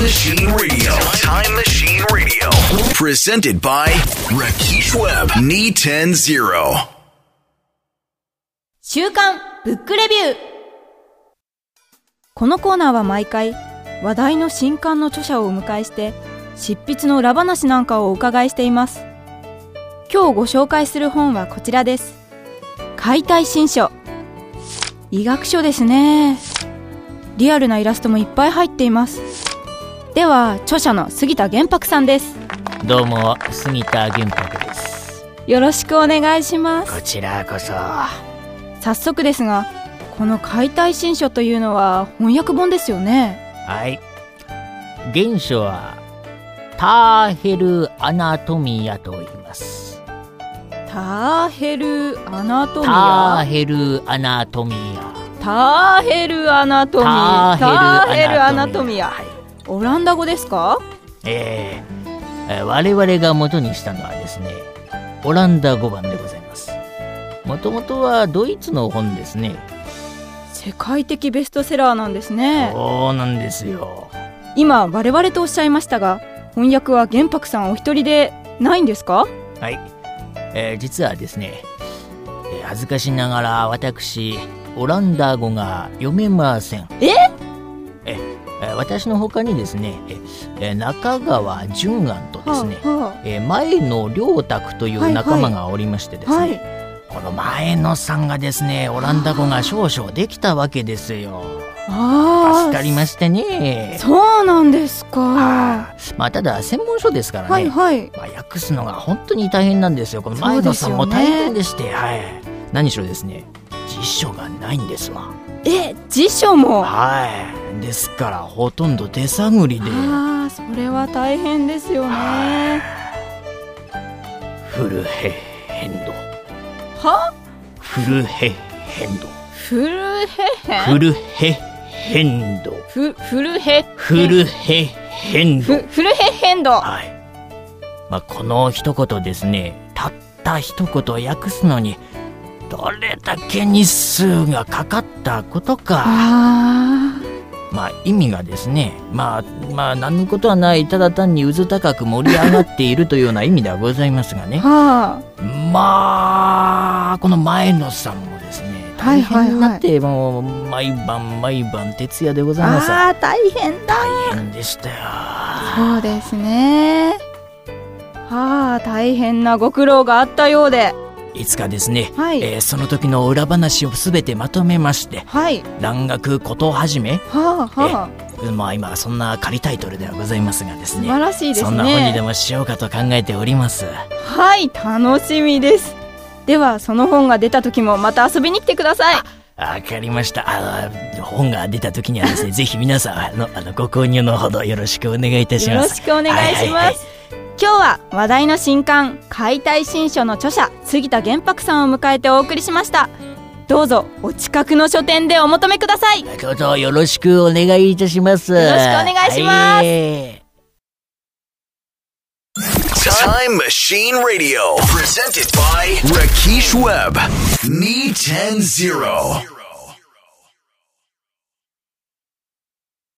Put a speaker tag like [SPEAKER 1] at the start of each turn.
[SPEAKER 1] Machine Radio. Time Machine Radio. Presented by Rakesh Webb. Knee 10 0.
[SPEAKER 2] 週刊ブックレビューこのコーナーは毎回話題の新刊の著者をお迎えして執筆の裏話なんかをお伺いしています今日ご紹介する本はこちらです解体新書医学書ですねリアルなイラストもいっぱい入っていますでは著者の杉田玄白さんです
[SPEAKER 3] どうも杉田玄白です
[SPEAKER 2] よろしくお願いします
[SPEAKER 3] こちらこそ
[SPEAKER 2] 早速ですがこの解体新書というのは翻訳本ですよね
[SPEAKER 3] はい原書はターヘル・アナトミアと言います
[SPEAKER 2] ターヘル・アナトミ
[SPEAKER 3] ター
[SPEAKER 2] ア
[SPEAKER 3] ヘル・アナトミア
[SPEAKER 2] ターヘル・アナトミア
[SPEAKER 3] ターヘル・ア
[SPEAKER 2] ターヘルア
[SPEAKER 3] ナトミア
[SPEAKER 2] ナトミアオランダ語ですか
[SPEAKER 3] えーえー我々が元にしたのはですねオランダ語版でございますもともとはドイツの本ですね
[SPEAKER 2] 世界的ベストセラーなんですね
[SPEAKER 3] そうなんですよ
[SPEAKER 2] 今我々とおっしゃいましたが翻訳は玄白さんお一人でないんですか
[SPEAKER 3] はい、えー実はですね、えー恥ずかしながら私オランダ語が読めません
[SPEAKER 2] え
[SPEAKER 3] ええー私の他にですね、ええー中川淳安とですね、
[SPEAKER 2] は
[SPEAKER 3] えー前野良拓という仲間がおりましてですね、
[SPEAKER 2] はいはい
[SPEAKER 3] この前野さんがですねオランダ語が少々できたわけですよ
[SPEAKER 2] あはあ
[SPEAKER 3] 助かりまして
[SPEAKER 2] あ
[SPEAKER 3] ね
[SPEAKER 2] そうなんですか
[SPEAKER 3] あーまあただ専門書ですからね、
[SPEAKER 2] はいはい
[SPEAKER 3] まあ、訳すのが本当に大変なんですよ。この前野さんも
[SPEAKER 2] そうですよ
[SPEAKER 3] 大
[SPEAKER 2] ね
[SPEAKER 3] 変でして、はい。何しろですね、辞書がないんですわ。
[SPEAKER 2] え辞書も
[SPEAKER 3] はい。ですから、ほとんど手探りで、
[SPEAKER 2] ああそれは大変ですよね
[SPEAKER 3] はフルヘ変動。
[SPEAKER 2] は
[SPEAKER 3] フルヘ変動。
[SPEAKER 2] フルヘヘ
[SPEAKER 3] フルヘ変動。
[SPEAKER 2] フフルヘ
[SPEAKER 3] フルヘ変動。
[SPEAKER 2] フフルヘヘンド
[SPEAKER 3] はい。まあ、この一言ですね、たった一言訳すのに、どれだけ日数がかかったことか。
[SPEAKER 2] あ
[SPEAKER 3] まあ意味がですね、まあ、まあ何のことはない、ただ単にうず高く盛り上がっているというような意味ではございますが
[SPEAKER 2] あ
[SPEAKER 3] ね。
[SPEAKER 2] は
[SPEAKER 3] まあ、この前野さんもですね、
[SPEAKER 2] はいはい
[SPEAKER 3] 大
[SPEAKER 2] はい
[SPEAKER 3] 変になって、もう毎晩毎晩徹夜でございます。
[SPEAKER 2] ああー大変だ
[SPEAKER 3] 大変でしたよ。
[SPEAKER 2] そうですねはあ大変なご苦労があったようで
[SPEAKER 3] いつかですね、
[SPEAKER 2] はい
[SPEAKER 3] えーその時の裏話をすべてまとめまして、
[SPEAKER 2] はい
[SPEAKER 3] 蘭学ことはじめ、
[SPEAKER 2] はあはあ
[SPEAKER 3] まあ今そんな仮タイトルではございますがです
[SPEAKER 2] 素
[SPEAKER 3] ね、
[SPEAKER 2] 晴らしいですね
[SPEAKER 3] そんな本にでもしようかと考えております。
[SPEAKER 2] はい楽しみですではその本が出た時もまた遊びに来てください
[SPEAKER 3] わかりました。あの、本が出た時には ですね、ぜひ皆さん、あの、あの、ご購入のほどよろしくお願いいたし
[SPEAKER 2] よ
[SPEAKER 3] ま
[SPEAKER 2] ろ
[SPEAKER 3] す。
[SPEAKER 2] しくお願いし
[SPEAKER 3] は
[SPEAKER 2] ま
[SPEAKER 3] いはい
[SPEAKER 2] す。今日は話題の新刊解体新書の著者杉田玄白さんを迎えてお送りしましたどうぞお近くの書店でお求めください
[SPEAKER 3] はいどうぞよろしくお願いいたします。よ
[SPEAKER 2] ろしくお願いします
[SPEAKER 1] Time Machine Radio. Presented by Rakesh Webb. Knee 10 0.